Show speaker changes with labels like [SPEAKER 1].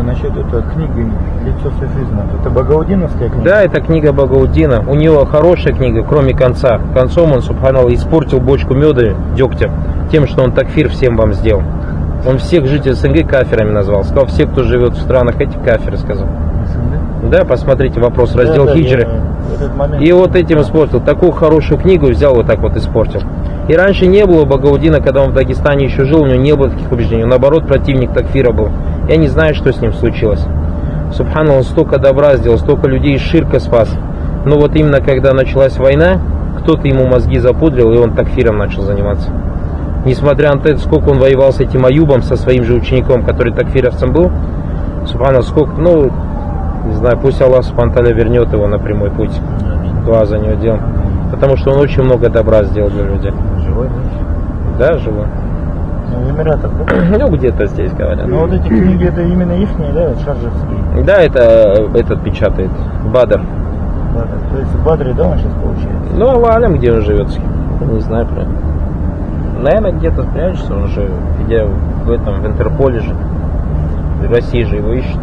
[SPEAKER 1] значит, это книга «Лицо софизма». Это Багаудиновская книга?
[SPEAKER 2] Да, это книга Багаудина. У него хорошая книга, кроме конца. Концом он, субханаллах, испортил бочку меда дегтем, тем, что он такфир всем вам сделал. Он всех жителей СНГ каферами назвал. Сказал, все, кто живет в странах эти каферы, сказал. Да, посмотрите вопрос, раздел
[SPEAKER 1] Да, да,
[SPEAKER 2] хиджры.
[SPEAKER 1] я этот момент-
[SPEAKER 2] И вот этим испортил. Такую хорошую книгу взял, вот так вот испортил. И раньше не было Багаудина, когда он в Дагестане еще жил, у него не было таких убеждений. Он, наоборот, противник такфира был. Я не знаю, что с ним случилось. Субханаллах, он столько добра сделал, столько людей из ширка спас. Но вот именно когда началась война, кто-то ему мозги запудрил, и он такфиром начал заниматься. Несмотря на то, сколько он воевал с этим Аюбом, со своим же учеником, который такфировцем был, Субханаллах, сколько, ну, не знаю, пусть Аллах Субхану Тааля вернет его на прямой путь
[SPEAKER 1] Аминь.
[SPEAKER 2] дуа за него делаем. Потому что он очень много добра сделал для людей.
[SPEAKER 1] Живой, да?
[SPEAKER 2] Да, живо.
[SPEAKER 1] Ну, в Эмиратах, да?
[SPEAKER 2] Ну, где-то здесь говорят.
[SPEAKER 1] Ну, вот эти книги, это именно их, да, шаржевские?
[SPEAKER 2] Да, это э, этот печатает. Бадр.
[SPEAKER 1] Да, да. То есть в Бадре, да, он сейчас получается?
[SPEAKER 2] Ну, а Валям, где он живет? Не знаю прям. Наверное, где-то прячется он же, где в этом, в Интерполе же. В России же его ищут.